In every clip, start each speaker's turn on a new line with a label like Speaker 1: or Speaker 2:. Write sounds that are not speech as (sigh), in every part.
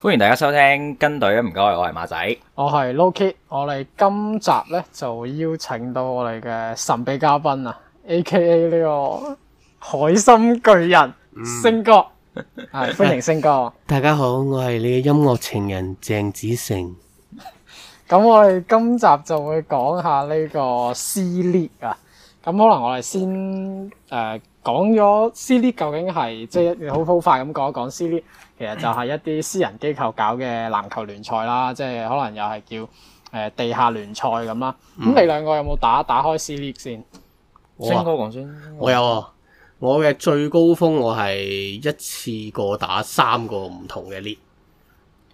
Speaker 1: 歡迎大家收聽跟隊啊！唔該，我係馬仔。
Speaker 2: 我哦係 Loki，我哋今集咧就邀請到我哋嘅神秘嘉賓啊，A.K.A 呢個海心巨人星哥，係、歡迎星哥。
Speaker 3: 大家好，我係你嘅音樂情人鄭子誠。
Speaker 2: 咁我哋今集就會講下呢個 C League 啊。咁可能我哋先誒、呃、講咗 C League 究竟係即係好好快咁講一講 C League，其實就係一啲私人機構搞嘅籃球聯賽啦，即係可能又係叫誒、呃地下聯賽咁啦。咁
Speaker 1: 嗯
Speaker 2: 你兩個有冇打打開 C League 先？
Speaker 3: 我啊
Speaker 1: 星哥講先，
Speaker 3: 我有啊，我嘅最高峰我係一次過打三個唔同嘅 league，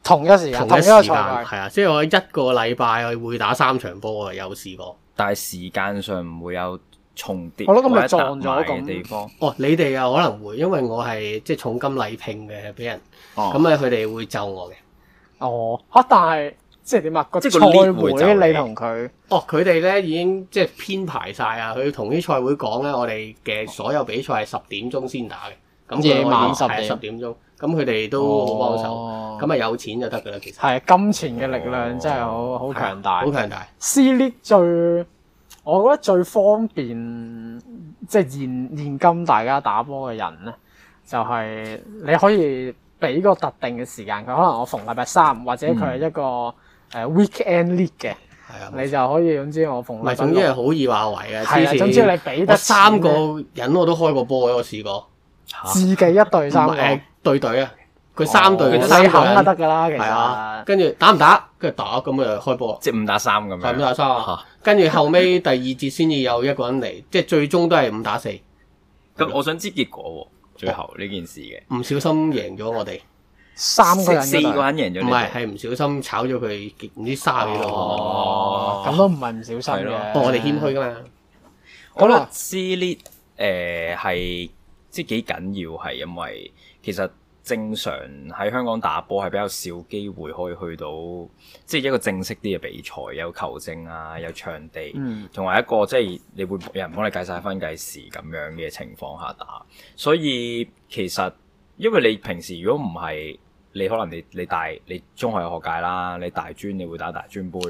Speaker 2: 同一時間，
Speaker 3: 同
Speaker 2: 同
Speaker 3: 一
Speaker 2: 一
Speaker 3: 時
Speaker 2: 個賽
Speaker 3: 間
Speaker 2: 季，
Speaker 3: 係啊，即係我一個禮拜會打三場波啊，有試
Speaker 2: 哦
Speaker 3: 過。
Speaker 1: 但係時間上唔會有重疊，
Speaker 2: 我覺得咁咪
Speaker 1: 或者
Speaker 2: 撞咗
Speaker 1: 搭埋嘅
Speaker 2: 咁 (laughs)
Speaker 1: 地方。
Speaker 3: 哦，你哋啊可能會，因為我係即係重金禮聘嘅俾人，
Speaker 1: 哦，
Speaker 3: 咁啊佢哋會就我嘅。
Speaker 2: 哦，嚇！但係即係點啊？個
Speaker 1: 即
Speaker 2: 賽
Speaker 1: 係個 league 會就你
Speaker 2: 會你同佢
Speaker 3: 哦，佢哋咧已經即係編排晒啊！佢同啲賽會講咧，我哋嘅所有比賽係十點鐘先打嘅，咁佢可以
Speaker 2: 夜晚10
Speaker 3: 係
Speaker 2: 點
Speaker 3: 十點鐘，咁佢哋都好幫手，
Speaker 2: 哦
Speaker 3: 咁啊有錢就得噶啦，其實
Speaker 2: 係金錢嘅力量真係好好強大
Speaker 3: 哦好。強大。
Speaker 2: C League 最，我覺得最方便，即係現現今大家打波嘅人咧，就係、你可以俾個特定嘅時間佢，可能我逢禮拜三或者佢
Speaker 3: 嗯
Speaker 2: 係一個誒 weekend league 嘅，
Speaker 3: 係啊，
Speaker 2: 你就可以總之我逢
Speaker 3: 唔係
Speaker 2: 禮拜
Speaker 3: 總之係
Speaker 2: 六
Speaker 3: 好易話為嘅。
Speaker 2: 係啊，
Speaker 3: 之前
Speaker 2: 總之你俾
Speaker 3: 我
Speaker 2: 得
Speaker 3: 三
Speaker 2: 錢咧
Speaker 3: 個人我都開過波嘅，我試過。
Speaker 1: 嚇
Speaker 2: 自己一對三
Speaker 3: 唔
Speaker 2: 個，
Speaker 3: 係誒對隊啊，佢三隊
Speaker 1: 哦
Speaker 3: 佢
Speaker 2: 你
Speaker 3: 三個
Speaker 2: 肯就
Speaker 3: 人
Speaker 2: 得㗎啦，其
Speaker 3: 係啊，
Speaker 2: 實。啊
Speaker 3: 跟住打唔打？跟住打，咁咪開波啦。
Speaker 1: 即係五打三咁
Speaker 3: 係五
Speaker 1: 樣。
Speaker 3: 打三啊
Speaker 1: 嚇！
Speaker 3: 跟住後尾第二節先至有一個人嚟，即係最終都係五打四，
Speaker 1: 咁我想知結果喎，最後呢件事嘅。
Speaker 3: 唔小心贏咗我哋，
Speaker 2: 三個人
Speaker 1: 四四
Speaker 2: 嗰
Speaker 1: 個
Speaker 2: 隊，
Speaker 1: 人贏咗
Speaker 3: 唔
Speaker 1: 呢
Speaker 3: 係
Speaker 1: 隊。
Speaker 3: 係唔小心炒咗佢唔知卅幾度。哦，
Speaker 1: 哦
Speaker 2: 咁都唔係唔小
Speaker 1: 係
Speaker 2: 心
Speaker 1: 咯
Speaker 2: 嘅。
Speaker 3: 我哋謙虛噶嘛，
Speaker 1: 我覺得
Speaker 2: 咁啊
Speaker 1: C l e a 誒係即係幾緊要，係因為其實正常喺香港打波係比較少機會可以去到即係一個正式啲嘅比賽，有球證啊，有場地，
Speaker 2: 嗯
Speaker 1: 同埋一個即係你會有人幫你計晒分計時咁樣嘅情況下打，所以其實因為你平時如果唔係。你可能你你大你中學有學界啦，你大專你會打大專杯，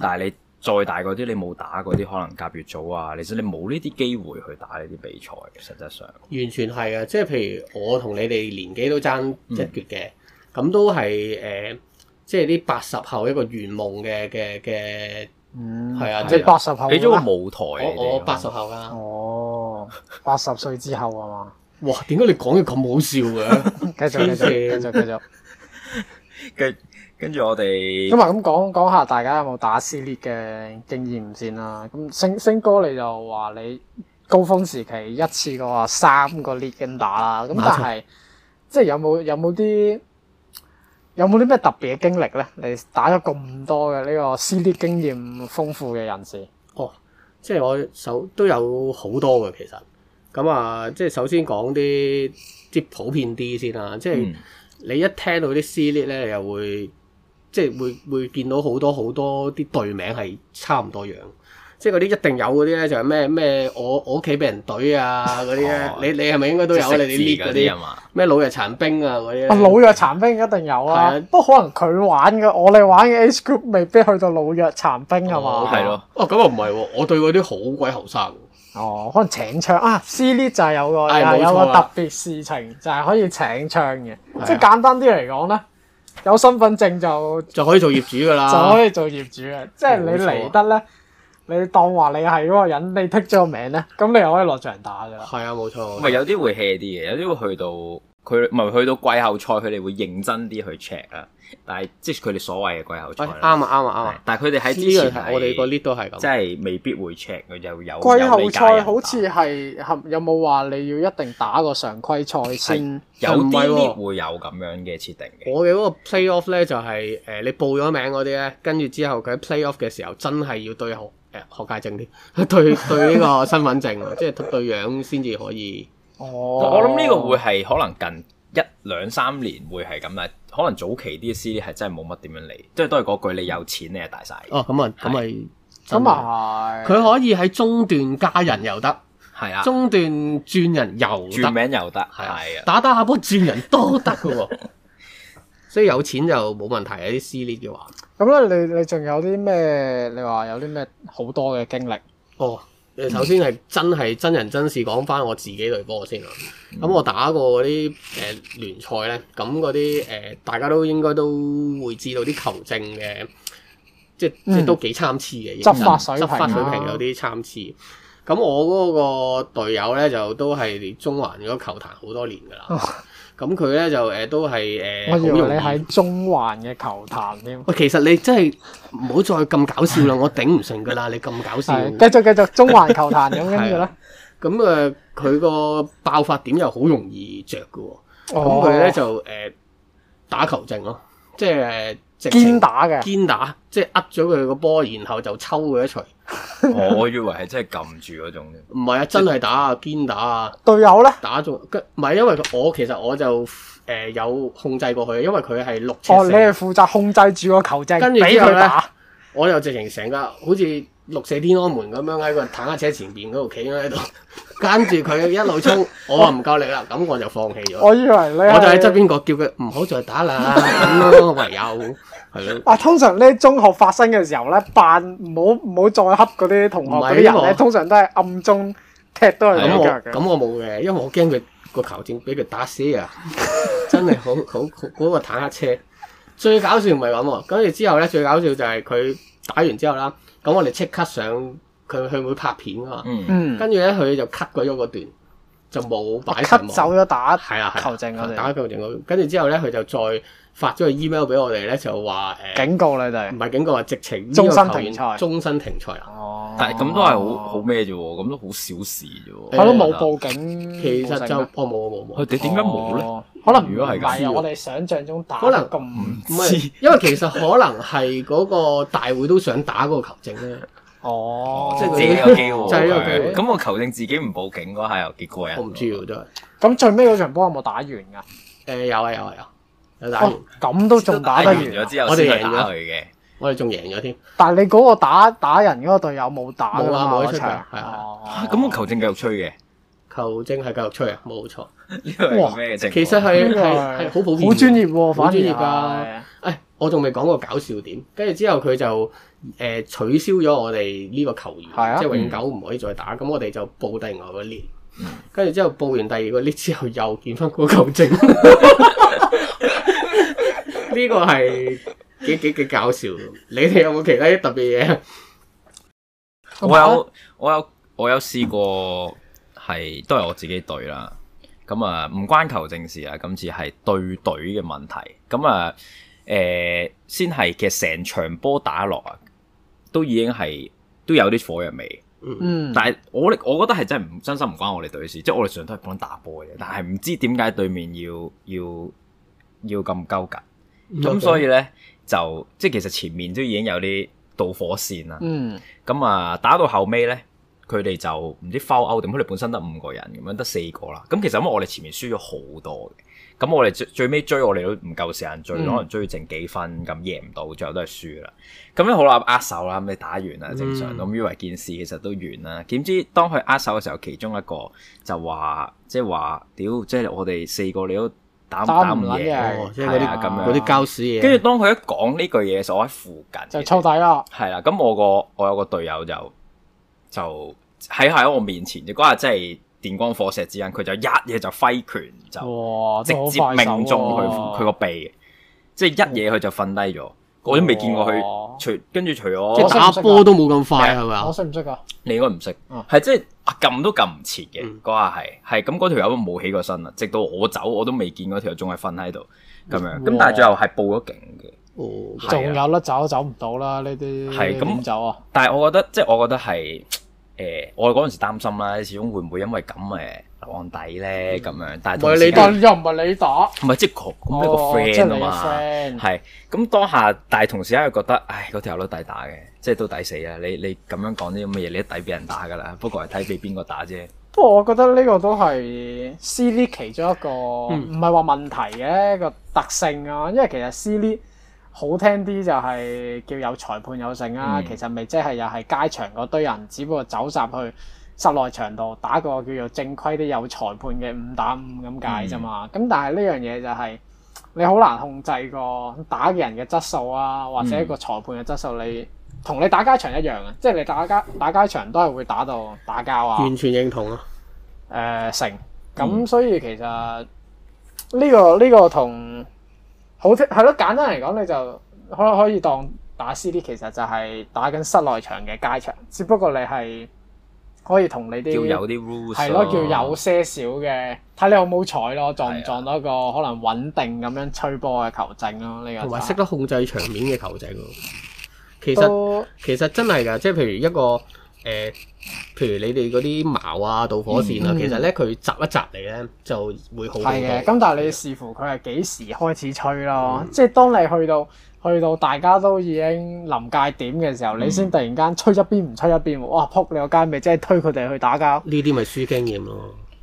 Speaker 1: 但係你再大嗰啲你冇打嗰啲，可能甲乙組啊，你知你冇呢啲機會去打呢啲比賽嘅，實質上
Speaker 3: 完全係啊！即係譬如我同你哋年紀都爭
Speaker 1: 嗯
Speaker 3: 一橛嘅，咁都係誒，即係啲八十後一個圓夢嘅嘅嘅，
Speaker 2: 嗯
Speaker 3: 係啊
Speaker 2: 你
Speaker 3: 即係
Speaker 2: 八十後
Speaker 1: 俾咗
Speaker 2: 啦
Speaker 1: 個舞台
Speaker 3: 我
Speaker 1: 你哋啊
Speaker 3: 我
Speaker 1: 咯
Speaker 3: 八十後啦。
Speaker 2: 哦，八十歲之後啊嘛，
Speaker 3: 哇！點解你講嘢咁好笑嘅？ (laughs)
Speaker 2: 繼續
Speaker 3: 黐
Speaker 2: 繼續
Speaker 3: 線
Speaker 2: 繼續繼續。
Speaker 1: 跟跟住我哋
Speaker 2: 咁啊，咁講講下大家有冇打撕裂嘅經驗先啦。咁星星哥你就話你高峰時期一次過話三個 league 咁打啦。咁
Speaker 3: 冇錯
Speaker 2: 但係即係有冇有冇啲有冇啲咩特別嘅經歷咧？你打咗咁多嘅呢個撕裂經驗豐富嘅人士，
Speaker 3: 哦，即係我手都有好多嘅其實。咁啊，即係首先講啲啲普遍啲先啦。即係
Speaker 1: 嗯
Speaker 3: 你一聽到啲撕裂咧，又會即係會會見到好多好多啲隊名係差唔多樣。即係嗰啲一定有嗰啲咧，就係咩咩我我屋企俾人懟啊嗰啲咧
Speaker 1: 哦。
Speaker 3: 你你係咪應該都有啊你
Speaker 1: 即
Speaker 3: 哋
Speaker 1: 係識字嗰
Speaker 3: 呢
Speaker 1: 啲
Speaker 3: 啲
Speaker 1: 啊嘛，
Speaker 3: 咩老弱殘兵啊嗰啲咧
Speaker 2: 啊老弱殘兵一定有啊
Speaker 3: 係啊，
Speaker 2: 不過可能佢玩嘅，我哋玩嘅 H group 未必去到老弱殘兵係嘛？
Speaker 3: 哦
Speaker 1: 係咯
Speaker 3: 哦，咁啊唔係喎，我對嗰啲好鬼後生喎。
Speaker 2: 哦，可能請唱啊，C l 就係有個、
Speaker 3: 係冇錯
Speaker 2: 有
Speaker 3: 啦
Speaker 2: 個特別事情，就係、可以請唱嘅，
Speaker 3: 係啊
Speaker 2: 即係簡單啲嚟講咧，有身份證就
Speaker 3: 就可以做業主噶
Speaker 1: 哦
Speaker 3: 啦。
Speaker 2: 就可以做業主嘅，即係你
Speaker 3: 啊冇錯啊
Speaker 2: 嚟得咧，你當話你係嗰個人，你剔咗個名咧，咁你又可以落場打噶啦。
Speaker 3: 係啊，冇錯。
Speaker 1: 唔係有啲會 hea 啲嘅，有啲會去到佢唔係去到季後賽，佢哋會認真啲去 check 啦。但係即係佢哋所謂嘅季後
Speaker 3: 喂
Speaker 1: 賽
Speaker 3: 啱
Speaker 1: 啦，
Speaker 3: 啊啱啊啱
Speaker 1: 係
Speaker 3: 啊！
Speaker 1: 但係佢哋喺之
Speaker 3: 呢個
Speaker 1: 前
Speaker 3: 係我哋個 lead 都係
Speaker 1: 即
Speaker 3: 咁。
Speaker 1: 係未必會 check 嘅，又有
Speaker 2: 季
Speaker 1: 有啊
Speaker 2: 後
Speaker 1: 呢家
Speaker 2: 賽
Speaker 1: 人
Speaker 2: 好
Speaker 1: 打
Speaker 2: 似係係有冇話你要一定打個常規賽先？
Speaker 1: 有
Speaker 3: 唔
Speaker 1: 啲
Speaker 3: 係喎
Speaker 1: league 會有咁樣嘅設定嘅。
Speaker 3: 我嘅嗰個 playoff 咧就係、呃你報咗名嗰啲咧，跟住之後佢喺 playoff 嘅時候真係要對學誒、呃、學界證啲， (laughs) 對對呢個身份證，啊即係對樣先至可以。
Speaker 2: 哦，
Speaker 1: 我諗呢個會係可能近一兩三年會係咁，但係可能早期啲 C 係真係冇乜點樣理，即係都係嗰句你有錢你係大晒嘅。
Speaker 3: 哦哦，咁啊，咁咪真
Speaker 2: 咁
Speaker 3: 係
Speaker 2: 啊係，
Speaker 3: 佢可以喺中段加人又得，
Speaker 1: 係啊，
Speaker 3: 中段轉人又
Speaker 1: 轉
Speaker 3: 得，
Speaker 1: 名又得，
Speaker 3: 係啊
Speaker 1: 係啊，
Speaker 3: 打打下波轉人都得嘅喎。 (laughs) 所以有錢就冇問題啊！啲撕裂嘅話，
Speaker 2: 咁咧，你你仲有啲咩？你話有啲咩好多嘅經歷？
Speaker 3: 哦，誒首先係真係真人真事講翻我自己隊波先啦。啊咁
Speaker 2: 嗯
Speaker 3: 我打過嗰啲誒聯賽咧，咁嗰啲誒大家都應該都會知道啲球證嘅，即即係都幾參差嘅。
Speaker 2: 嗯執法水平
Speaker 3: 執
Speaker 2: 啊，
Speaker 3: 法水平有啲參差。咁我嗰個隊友咧就都係中環嗰個球壇好多年㗎啦。咁佢咧就誒、呃都係誒
Speaker 2: 哦我以
Speaker 3: 好
Speaker 2: 為
Speaker 3: 容
Speaker 2: 你
Speaker 3: 易。
Speaker 2: 喺中環嘅球壇添。
Speaker 3: 喂，其實你真係唔好再咁搞笑啦，我頂唔順㗎啦，你咁搞笑。
Speaker 2: 係，繼續繼續中環球壇
Speaker 3: (laughs)
Speaker 2: 咁，跟住
Speaker 3: 係
Speaker 2: 咧
Speaker 3: 啊，咁誒，呃佢個爆發點又好容易着㗎喎。咁
Speaker 2: 哦
Speaker 3: 佢咧就誒、呃打球證咯，即係誒直情
Speaker 2: 堅打嘅，
Speaker 3: 堅打，即係呃咗佢個波，然後就抽佢一錘。
Speaker 1: 我啊我以為係真係撳住嗰種添，
Speaker 3: 唔係啊，真係打啊，堅打啊！
Speaker 2: 隊友咧，
Speaker 3: 打中，跟唔係因為我其實我就誒、呃有控制過佢，因為佢係六尺
Speaker 2: 哦，你係
Speaker 3: 四，
Speaker 2: 負責控制住個球證，
Speaker 3: 跟住
Speaker 2: 俾
Speaker 3: 之後
Speaker 2: 佢
Speaker 3: 呢
Speaker 2: 打，
Speaker 3: 我又直情成架好似六四天安門咁樣喺個坦克車前邊嗰度企咗喺度，跟住佢一路衝，我話唔夠力啦，咁我就放棄咗，我
Speaker 2: 我以為你
Speaker 3: 就喺側
Speaker 2: 係
Speaker 3: 邊個叫佢唔好再打
Speaker 2: (laughs)
Speaker 3: 啦，咁咯，唯有係咯。
Speaker 2: 啊，通常呢中學發生嘅時候咧，扮唔好唔好再恰嗰啲同學
Speaker 3: 唔係
Speaker 2: 嗰啲人
Speaker 3: 我
Speaker 2: 咧，通常都係暗中踢多佢
Speaker 3: 咁
Speaker 2: 兩
Speaker 3: 我
Speaker 2: 腳啊嘅。
Speaker 3: 咁我冇嘅，因為我驚佢個球證俾佢打死啊！真係好好好嗰個坦克車。最搞笑唔係咁喎，跟住之後咧最搞笑就係佢打完之後啦，咁我哋即刻上佢佢會拍片噶嘛，
Speaker 1: 嗯，
Speaker 2: 嗯，
Speaker 3: 跟住咧佢就 cut 咗嗰段，就冇擺上
Speaker 2: 吸
Speaker 3: 網。
Speaker 2: 走咗打，
Speaker 3: 係啊啦係啦
Speaker 2: 球證嗰啲
Speaker 3: 打球證嗰段跟住之後咧佢就再發咗個 email 俾我哋咧，就話誒
Speaker 2: 警告你哋
Speaker 3: (laughs) 唔。係警告話直情呢個
Speaker 2: 終身
Speaker 3: 球員
Speaker 2: 停賽
Speaker 3: 終身停賽啊啦。
Speaker 2: 哦，
Speaker 1: 但係咁都係好好咩啫喎，咁都好小事啫喎，
Speaker 2: 係咯，啊冇
Speaker 1: 我
Speaker 2: 報警，
Speaker 3: 其實就
Speaker 2: 冇
Speaker 3: 我冇冇冇。
Speaker 1: 覺得佢哋點解冇咧？
Speaker 2: 哦可能
Speaker 1: 如果係
Speaker 2: 唔
Speaker 1: 咁
Speaker 2: 係啊，我哋想象中打
Speaker 3: 可能
Speaker 2: 得咁
Speaker 3: 唔係，因為其實可能係嗰個大會都想打嗰個球證咧，
Speaker 2: (laughs) 哦，
Speaker 1: 即係自
Speaker 3: 自
Speaker 1: 己
Speaker 3: 己
Speaker 1: 有
Speaker 3: 有
Speaker 1: 機
Speaker 3: 機
Speaker 1: 會，
Speaker 3: 會就係呢個機會
Speaker 1: 咁我球證自己唔報警嗰下又幾過癮。
Speaker 3: 我唔知喎真係。誒、
Speaker 2: 咁最尾嗰場波有冇打完㗎？
Speaker 3: 有啊有啊有，有打完，
Speaker 2: 哦，咁都仲打得
Speaker 1: 完
Speaker 2: 完
Speaker 1: 咗
Speaker 2: 啊，
Speaker 1: 之後，
Speaker 3: 我哋
Speaker 1: 先去
Speaker 3: 贏咗
Speaker 1: 打佢嘅。
Speaker 3: 我哋仲贏咗添。
Speaker 2: 但係你嗰個打打人嗰個隊友冇打㗎
Speaker 3: 冇啊
Speaker 2: 嘛
Speaker 3: 冇
Speaker 2: 嗰
Speaker 3: 得出
Speaker 2: 場
Speaker 3: 㗎係啊
Speaker 1: 啊
Speaker 2: 哦
Speaker 1: 咁我球證繼續吹嘅，
Speaker 3: 球證係繼續吹啊，冇錯。
Speaker 1: 呢個係咩情況？
Speaker 3: 其實係
Speaker 2: 呢個
Speaker 3: 係係好普遍嘅，
Speaker 2: 好專業喎，反而
Speaker 3: 好專業
Speaker 2: 係
Speaker 3: 㗎。誒、我仲未講過搞笑點，跟住之後佢就誒、呃取消咗我哋呢個球員，
Speaker 2: 係啊嗯
Speaker 3: 即係永久唔可以再打。咁我哋就報第二個 league，跟住之後報完第二個 league 之後又見翻個球證，呢個係幾幾幾搞笑。你哋有冇其他啲特別嘢？
Speaker 1: 我有我有我有試過係都係我自己隊啦。咁啊，唔關球證事啊，今次係對隊嘅問題。咁啊，誒、先係其實成場波打落啊，都已經係都有啲火藥味。
Speaker 3: 嗯，
Speaker 2: 嗯，
Speaker 1: 但係我哋我覺得係真係唔真心唔關我哋隊事，即係我哋上都係幫打波嘅啫。但係唔知點解對面要要要咁鳩緊，咁所以咧就即係其實前面都已經有啲導火線啦。
Speaker 2: 嗯
Speaker 1: 咁啊，打到後尾咧，佢哋就唔知 foul out 定，佢哋本身得五個人咁樣，得四個啦。咁其實因為我哋前面輸咗好多嘅，咁我哋最最尾追我哋都唔夠時間追，
Speaker 2: 嗯
Speaker 1: 可能追剩幾分咁贏唔到，最後都係輸啦。咁咧好啦，握手啦，咁你打完啦，正常
Speaker 3: 嗯
Speaker 1: 咁以為件事其實都完啦。點知當佢握手嘅時候，其中一個就話，即係話，屌，即係我哋四個你都打唔
Speaker 2: 打
Speaker 1: 打
Speaker 2: 唔
Speaker 1: 唔
Speaker 2: 撚
Speaker 1: 贏。
Speaker 2: 嘅
Speaker 3: 哦，即係嗰
Speaker 1: 係啊
Speaker 3: 啲
Speaker 1: 咁樣
Speaker 3: 嗰啲膠屎嘢。
Speaker 1: 跟住當佢一講呢句嘢嘅時候，我喺附近嘅
Speaker 2: 就抽底啦，
Speaker 1: 係啦，咁我個我有個隊友就就喺喺我面前，嗰日真係電光火石之間，佢就一嘢就揮拳就
Speaker 2: 哇，
Speaker 1: 直
Speaker 2: 真係好
Speaker 1: 接
Speaker 2: 快手啊
Speaker 1: 命中佢
Speaker 2: 喎
Speaker 1: 佢個鼻，即係一嘢佢就瞓低咗。我都未見過
Speaker 2: 哇
Speaker 1: 佢，除跟住除
Speaker 3: 即係
Speaker 1: 咗
Speaker 2: 係
Speaker 3: 打波都冇咁快係
Speaker 2: 我
Speaker 1: 啊
Speaker 3: 咪啊
Speaker 2: 識唔啊識㗎？
Speaker 1: 你應該唔識，
Speaker 2: 哦
Speaker 1: 係即係啊撳都撳唔切嘅
Speaker 3: 嗯
Speaker 1: 嗰下係係咁嗰條友都冇起過身啊啦，直到我走我都未見嗰條友仲係瞓喺度咁樣，咁
Speaker 2: 哇
Speaker 1: 但係最後係報咗警嘅。
Speaker 3: 哦，
Speaker 1: 係啊
Speaker 2: 仲有得走走唔到啦，呢啲
Speaker 1: 係咁
Speaker 2: 點走啊？
Speaker 1: 但係我覺得，即係我覺得係誒、我嗰陣時擔心啦，始終會唔會因為咁誒留案底咧咁樣？但係同
Speaker 3: 喂
Speaker 1: 時
Speaker 3: 你
Speaker 1: 間
Speaker 2: 但嗯又唔係你打，
Speaker 1: 唔係即係咁咁
Speaker 2: 哦
Speaker 1: 你
Speaker 2: 即
Speaker 1: 個 friend
Speaker 2: 係
Speaker 1: 啊
Speaker 2: 你個
Speaker 1: 嘛，
Speaker 2: friend
Speaker 1: 係咁當下，但係同時間又覺得，唉，嗰條友都抵打嘅，即係都抵死啊！你你咁樣講啲咁嘅嘢，你都抵俾人打㗎啦。不過係睇俾邊個打啫。
Speaker 2: 不過我覺得呢個都係 C l 其中一個，
Speaker 3: 嗯
Speaker 2: 唔係話問題嘅一個特性啊，因為其實 C l 好好聽啲就係叫有裁判有剩啊，
Speaker 1: 嗯
Speaker 2: 其實咪即係又係街場嗰堆人，只不過走集去室內場度打個叫做正規啲有裁判嘅五打五咁解啫嘛。
Speaker 1: 嗯
Speaker 2: 咁、但係呢樣嘢就係、你好難控制個打嘅人嘅質素啊，或者
Speaker 1: 嗯
Speaker 2: 個裁判嘅質素你。同你打街場一樣啊，即係你打街打街場都係會打到打交啊，
Speaker 3: 完全認同啊！
Speaker 2: 誒、呃成，咁
Speaker 1: 嗯
Speaker 2: 所以其實呢、個呢、個同好聽係咯，簡單嚟講，你就可可以當打 CD 其實就係打緊室內場嘅街場，只不過你係可以同你
Speaker 1: 叫
Speaker 2: 啲
Speaker 1: 有啲 rules 啊
Speaker 2: 係咯，叫有些少嘅，睇你好唔好彩咯，撞
Speaker 1: 係
Speaker 2: 唔
Speaker 1: 啊
Speaker 2: 撞到一個可能穩定咁樣吹波嘅球證咯，呢、個
Speaker 3: 同埋
Speaker 1: 啊
Speaker 2: 就
Speaker 3: 識得控制場面嘅球證喎。其實
Speaker 2: 都
Speaker 3: 其實真係㗎，即係譬如一個誒、呃譬如你哋嗰啲矛啊、導火線啊，
Speaker 2: 嗯
Speaker 3: 其實咧佢集一集嚟咧就會好好多。
Speaker 2: 係嘅，咁但係你視乎佢係幾時開始吹咯，
Speaker 3: 嗯
Speaker 2: 即係當你去到去到大家都已經臨界點嘅時候，
Speaker 3: 嗯
Speaker 2: 你先突然間吹一邊唔吹一邊喎，哇撲你個街咪即係推佢哋去打交，
Speaker 3: 呢啲咪輸經驗咯。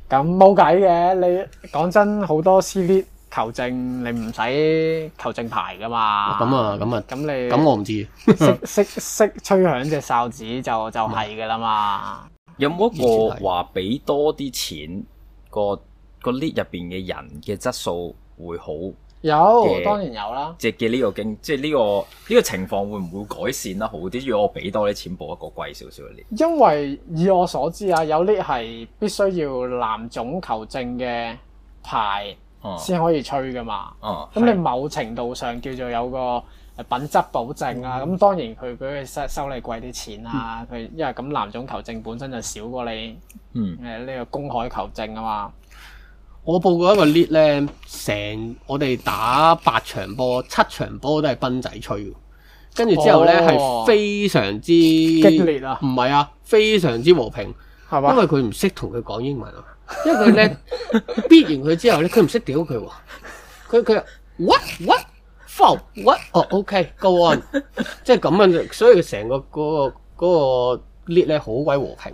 Speaker 2: 咁冇計嘅。你講真好多 C V 球證你唔使球證牌噶嘛，
Speaker 3: 咁啊，咁啊，
Speaker 2: 咁你
Speaker 3: 咁我唔知。
Speaker 2: 識識識吹響隻哨子就就係噶啦嘛。
Speaker 1: 有冇一個
Speaker 3: 完全係
Speaker 1: 話俾多啲錢個個 lead 入邊嘅人嘅質素會好？
Speaker 2: 有
Speaker 1: 嘅
Speaker 2: 當然有啦。
Speaker 1: 即嘅呢個經，即係呢個呢個情況會唔會改善得好啲？如果我俾多啲錢報一個貴少少嘅 lead，
Speaker 2: 因為以我所知啊，有啲係必須要男種球證嘅牌
Speaker 1: 哦
Speaker 2: 先可以吹噶嘛。
Speaker 1: 哦，
Speaker 2: 咁、你
Speaker 1: 係
Speaker 2: 某程度上叫做有個呃品質保證啦、咁、當然佢佢收收你貴啲錢啦、佢、因為咁男種球證本身就少過你
Speaker 1: 嗯
Speaker 2: 誒呢、個公海球證啊嘛。
Speaker 3: 我報過一個 lead 咧，成我哋打八場波、七場波都係賓仔吹嘅，跟住之後咧係、
Speaker 2: 哦
Speaker 3: 非常之
Speaker 2: 激
Speaker 3: 激
Speaker 2: 烈啊
Speaker 3: 唔係啊，非常之和平，
Speaker 2: 係
Speaker 3: 因
Speaker 2: 嘛？
Speaker 3: 為佢唔識同佢講英文啊，因為佢咧 (laughs) 必完佢之後咧，佢唔識屌佢喎，佢佢 what what for what 哦、OK go on，即 (laughs) 係咁樣，所以佢成個嗰、個嗰、個 lead 咧好鬼和平。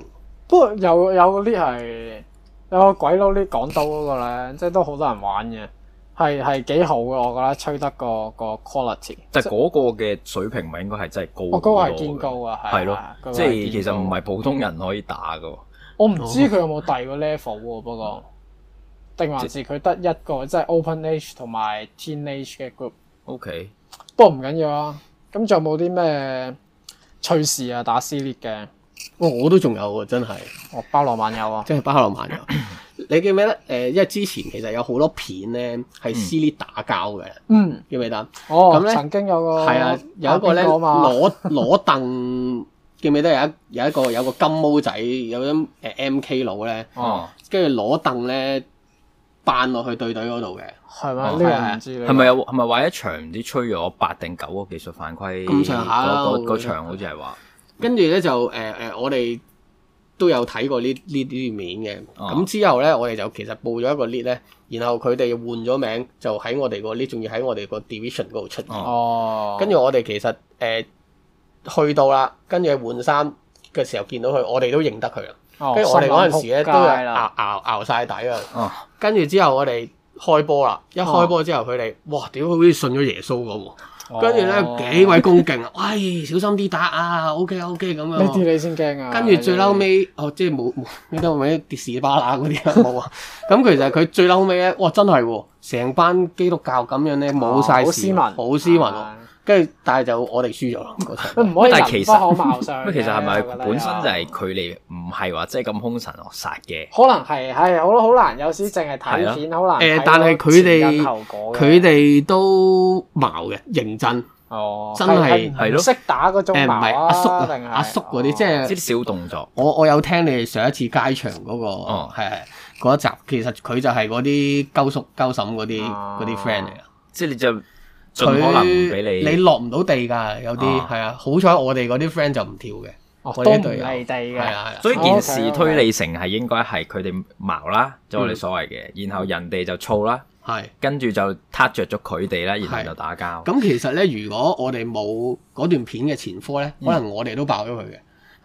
Speaker 2: 不過有有啲係有個鬼佬啲港島嗰個咧，即係都好多人玩嘅，係係幾好嘅，我覺得吹得個個 quality。
Speaker 1: 但係嗰個嘅水平咪應該係真係高好
Speaker 2: 我
Speaker 1: 多嘅，
Speaker 2: 哦嗰個係見高啊，係
Speaker 1: 係咯
Speaker 2: 啊嗰個係
Speaker 1: 即係其實
Speaker 2: 見
Speaker 1: 唔
Speaker 2: 高
Speaker 1: 係普通人可以打嘅喎。
Speaker 2: 我唔知佢有冇第二個 level 喎，不
Speaker 3: 哦
Speaker 2: 過定還是佢得一個即係 Open Age 同埋 Teenage 嘅 group。
Speaker 1: O K，
Speaker 2: 不過唔緊要啊，咁仲有冇啲咩趣事啊？打撕裂嘅，
Speaker 3: 哇哦我都仲有喎，真係。
Speaker 2: 我包羅萬有啊，
Speaker 3: 即係巴克羅曼油。 (coughs) 你記唔記得？誒、呃因為之前其實有好多片咧係撕裂打交嘅，
Speaker 2: 嗯，
Speaker 3: 記唔記得？
Speaker 2: 哦
Speaker 3: 咁，咧
Speaker 2: 曾經有個
Speaker 3: 係啊，有一個咧
Speaker 2: 打邊個啊嘛
Speaker 3: 攞攞凳，記唔記得有一有一個有個金毛仔，有啲誒 M K 佬咧，
Speaker 2: 嗯
Speaker 1: 哦，
Speaker 3: 跟住攞凳咧扮落去對隊嗰度嘅，
Speaker 2: 係
Speaker 1: 哦
Speaker 2: 咪？呢
Speaker 3: 係
Speaker 2: 個
Speaker 3: 啊
Speaker 2: 唔知你
Speaker 1: 係咪有係咪話一場唔知吹咗八定九個技術犯規？
Speaker 3: 咁上下啦
Speaker 1: 嗰嗰
Speaker 3: 我
Speaker 1: 嗰
Speaker 3: 覺得
Speaker 1: 場好似係
Speaker 2: (laughs)
Speaker 1: 話，
Speaker 3: 跟住咧就誒誒、呃我哋都有睇過呢呢啲面嘅。
Speaker 1: 哦
Speaker 3: 咁、之後咧，我哋就其實報咗一個 lead 咧，然後佢哋換咗名，就喺我哋個 lead，仲要喺我哋個 division 嗰度出現。
Speaker 1: 哦
Speaker 2: 哦，
Speaker 3: 跟住我哋其實誒、呃去到啦，跟住換衫嘅時候見到佢，我哋都認得佢啦。
Speaker 2: 哦
Speaker 3: 跟住我哋嗰陣時咧
Speaker 2: 心諗
Speaker 3: 都
Speaker 2: 仆
Speaker 3: 啊係
Speaker 2: 街
Speaker 3: 熬
Speaker 2: 啦
Speaker 3: 熬熬晒底啊！
Speaker 1: 哦，
Speaker 3: 跟住之後我哋開波啦，一開波之後佢哋哇屌好似信咗耶穌咁
Speaker 2: 哦
Speaker 3: 喎，跟住咧幾位恭敬啊， (laughs) 喂小心啲打啊，OK OK 咁樣
Speaker 2: 呢啲
Speaker 3: 喎。
Speaker 2: 你先驚啊，
Speaker 3: 跟住最嬲尾，哦，即係冇冇呢度咪跌士巴啦嗰啲啊冇啊！ (laughs) 咁其實佢最嬲尾咧，哇真係喎，成班基督教咁樣咧冇晒
Speaker 2: 哦好
Speaker 3: 事
Speaker 2: 斯文
Speaker 3: 好斯文喎。
Speaker 2: 啊
Speaker 3: 跟住但係就我哋輸咗啦嗰場。
Speaker 2: 唔可以
Speaker 1: 但係
Speaker 2: 人
Speaker 1: 其
Speaker 2: 不
Speaker 1: 實
Speaker 2: 可貌
Speaker 1: (laughs)
Speaker 2: 相
Speaker 1: 咁
Speaker 2: 嘅。啊
Speaker 1: 其實係咪
Speaker 2: 我覺得
Speaker 1: 本身
Speaker 2: 有
Speaker 1: 就係佢哋唔係話真係咁兇神惡煞嘅？
Speaker 2: 可能係係好好難，有時淨係
Speaker 1: 係啊
Speaker 2: 睇
Speaker 1: 咯
Speaker 2: 片好難睇
Speaker 3: 誒
Speaker 2: 到，
Speaker 3: 但係
Speaker 2: 前
Speaker 3: 佢
Speaker 2: 因
Speaker 3: 哋
Speaker 2: 後果嘅
Speaker 3: 佢哋都矛嘅，認真
Speaker 2: 哦
Speaker 3: 真係
Speaker 1: 係
Speaker 2: 唔
Speaker 1: 咯
Speaker 2: 識打嗰種
Speaker 3: 誒唔
Speaker 2: 矛
Speaker 3: 係
Speaker 2: 啊，
Speaker 3: 阿叔
Speaker 2: 定係哦
Speaker 3: 啊，阿叔嗰啲即
Speaker 2: 係
Speaker 1: 即係
Speaker 3: 係
Speaker 1: 啲小動作。
Speaker 3: 我我有聽你哋上一次街場嗰個
Speaker 1: 哦
Speaker 3: 係係嗰一集，其實佢就係嗰啲鳩叔鳩嬸嗰啲
Speaker 2: 哦
Speaker 3: 嗰啲 friend 嚟嘅。
Speaker 1: 即係你就盡
Speaker 3: 佢
Speaker 1: 可能唔俾
Speaker 3: 你
Speaker 1: 你
Speaker 3: 落唔到地㗎，有
Speaker 1: 哦
Speaker 3: 啲係啊。好彩我哋嗰啲 friend 就唔跳嘅，
Speaker 2: 哦
Speaker 3: 我
Speaker 2: 都
Speaker 3: 哋啲
Speaker 2: 唔
Speaker 3: 隊友
Speaker 2: 離地
Speaker 3: 係啊係
Speaker 2: 嘅，
Speaker 3: 啊。
Speaker 1: 所以件事
Speaker 2: 哦 OK，OK
Speaker 1: 推理成係應該係佢哋矛啦，即係
Speaker 3: 嗯
Speaker 1: 我哋所謂嘅，然後人哋就燥啦，
Speaker 3: 係
Speaker 1: 跟住就撻着咗佢哋啦，然後
Speaker 3: 係
Speaker 1: 就打交。
Speaker 3: 咁其實咧，如果我哋冇嗰段片嘅前科咧，可能我哋都爆咗佢嘅。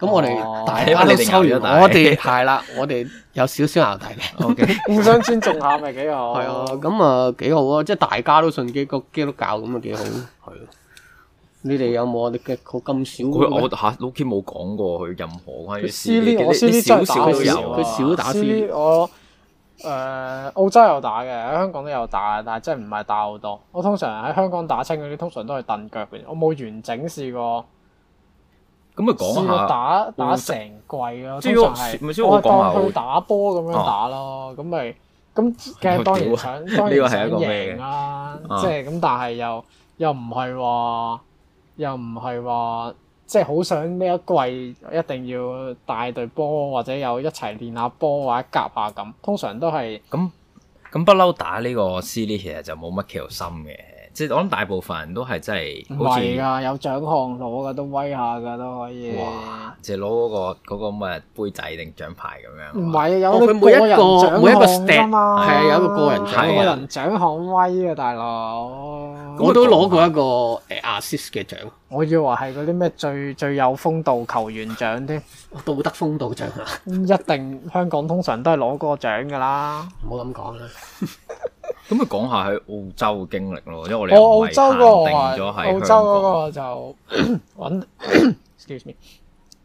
Speaker 3: 咁我
Speaker 2: 哦
Speaker 3: 哋大家
Speaker 1: 嗯
Speaker 3: 都收
Speaker 1: (laughs) 因為你哋咬咗大
Speaker 3: 完，我哋係啦，我哋有少少咬大嘅。
Speaker 1: (laughs) O K，
Speaker 2: 互相尊重下
Speaker 3: (laughs)
Speaker 2: 咪幾好。
Speaker 3: 係啊，咁啊幾好啊，即係大家都信基督基督教咁啊幾好。係啊，你哋有冇啊？你嘅好咁少
Speaker 1: 佢
Speaker 3: 嘅咩
Speaker 1: 我吓 Loki 冇講過佢任何關於
Speaker 2: 佢 C 呢，我 C
Speaker 1: 啲
Speaker 2: 呢真
Speaker 1: 少
Speaker 2: 係打
Speaker 1: 少
Speaker 2: 好
Speaker 1: 都
Speaker 3: 佢
Speaker 1: 有
Speaker 3: 少
Speaker 1: 啊，
Speaker 3: 佢少都打
Speaker 2: 私
Speaker 3: C
Speaker 2: 呢我誒、澳洲有打嘅，喺香港都有打，但係真係唔係打好多。我通常喺香港打親嗰啲，通常都係蹬腳嘅，我冇完整試過，
Speaker 1: 咁咪
Speaker 2: 試
Speaker 1: 講
Speaker 2: 過
Speaker 1: 下
Speaker 2: 打
Speaker 1: 澳
Speaker 2: 打
Speaker 1: 洲
Speaker 2: 成季咯。
Speaker 1: 即係
Speaker 2: 通
Speaker 1: 如果
Speaker 2: 常係
Speaker 1: 咪即係
Speaker 2: 我
Speaker 1: 我啊講
Speaker 2: 係
Speaker 1: 下
Speaker 2: 當
Speaker 1: 澳
Speaker 2: 佢打波咁樣打咯，咁咪咁梗係當然想
Speaker 1: (laughs)
Speaker 2: 當
Speaker 1: 啊呢個
Speaker 2: 然
Speaker 1: 係
Speaker 2: 想
Speaker 1: 一個咩嘅
Speaker 2: 贏啦，
Speaker 1: 啊
Speaker 2: 即係咁，但係又又唔係話又唔係話。即係好想呢一季一定要帶隊波，或者有一齊練下波，或者夾下咁。通常都係
Speaker 1: 咁咁不嬲打呢個 C 呢，其實就冇乜企圖心嘅，即係我諗大部分人都係真係
Speaker 2: 唔
Speaker 1: 好似
Speaker 2: 係啊㗎，有獎項攞㗎都威下㗎都可以。
Speaker 1: 哇，就攞嗰個嗰個乜杯仔定獎牌咁樣。啊
Speaker 2: 唔係啊有
Speaker 3: 哦佢
Speaker 2: 啲
Speaker 3: 每一個
Speaker 2: 人獎
Speaker 3: 每一個
Speaker 2: 項㗎嘛，
Speaker 3: stat，係啊有一個個人獎
Speaker 1: 項
Speaker 2: 個人獎項威啊，大佬。
Speaker 3: 我都攞過一個誒 assist 嘅獎，
Speaker 2: 我以為係嗰啲咩最最有風度球員獎添，
Speaker 3: 道德風度獎啊！
Speaker 2: 一定香港通常都係攞嗰個獎㗎啦。
Speaker 3: 唔好咁講啦。
Speaker 1: 咁咪講下喺澳洲嘅經歷咯，因為我哋
Speaker 2: 我哦澳
Speaker 1: 又唔係
Speaker 2: 洲嗰個
Speaker 1: 限
Speaker 2: 話
Speaker 1: 定咗
Speaker 2: 澳
Speaker 1: 喺
Speaker 2: 洲
Speaker 1: 香
Speaker 2: 嗰
Speaker 1: 港。
Speaker 2: 個就 (coughs) 穩，excuse me，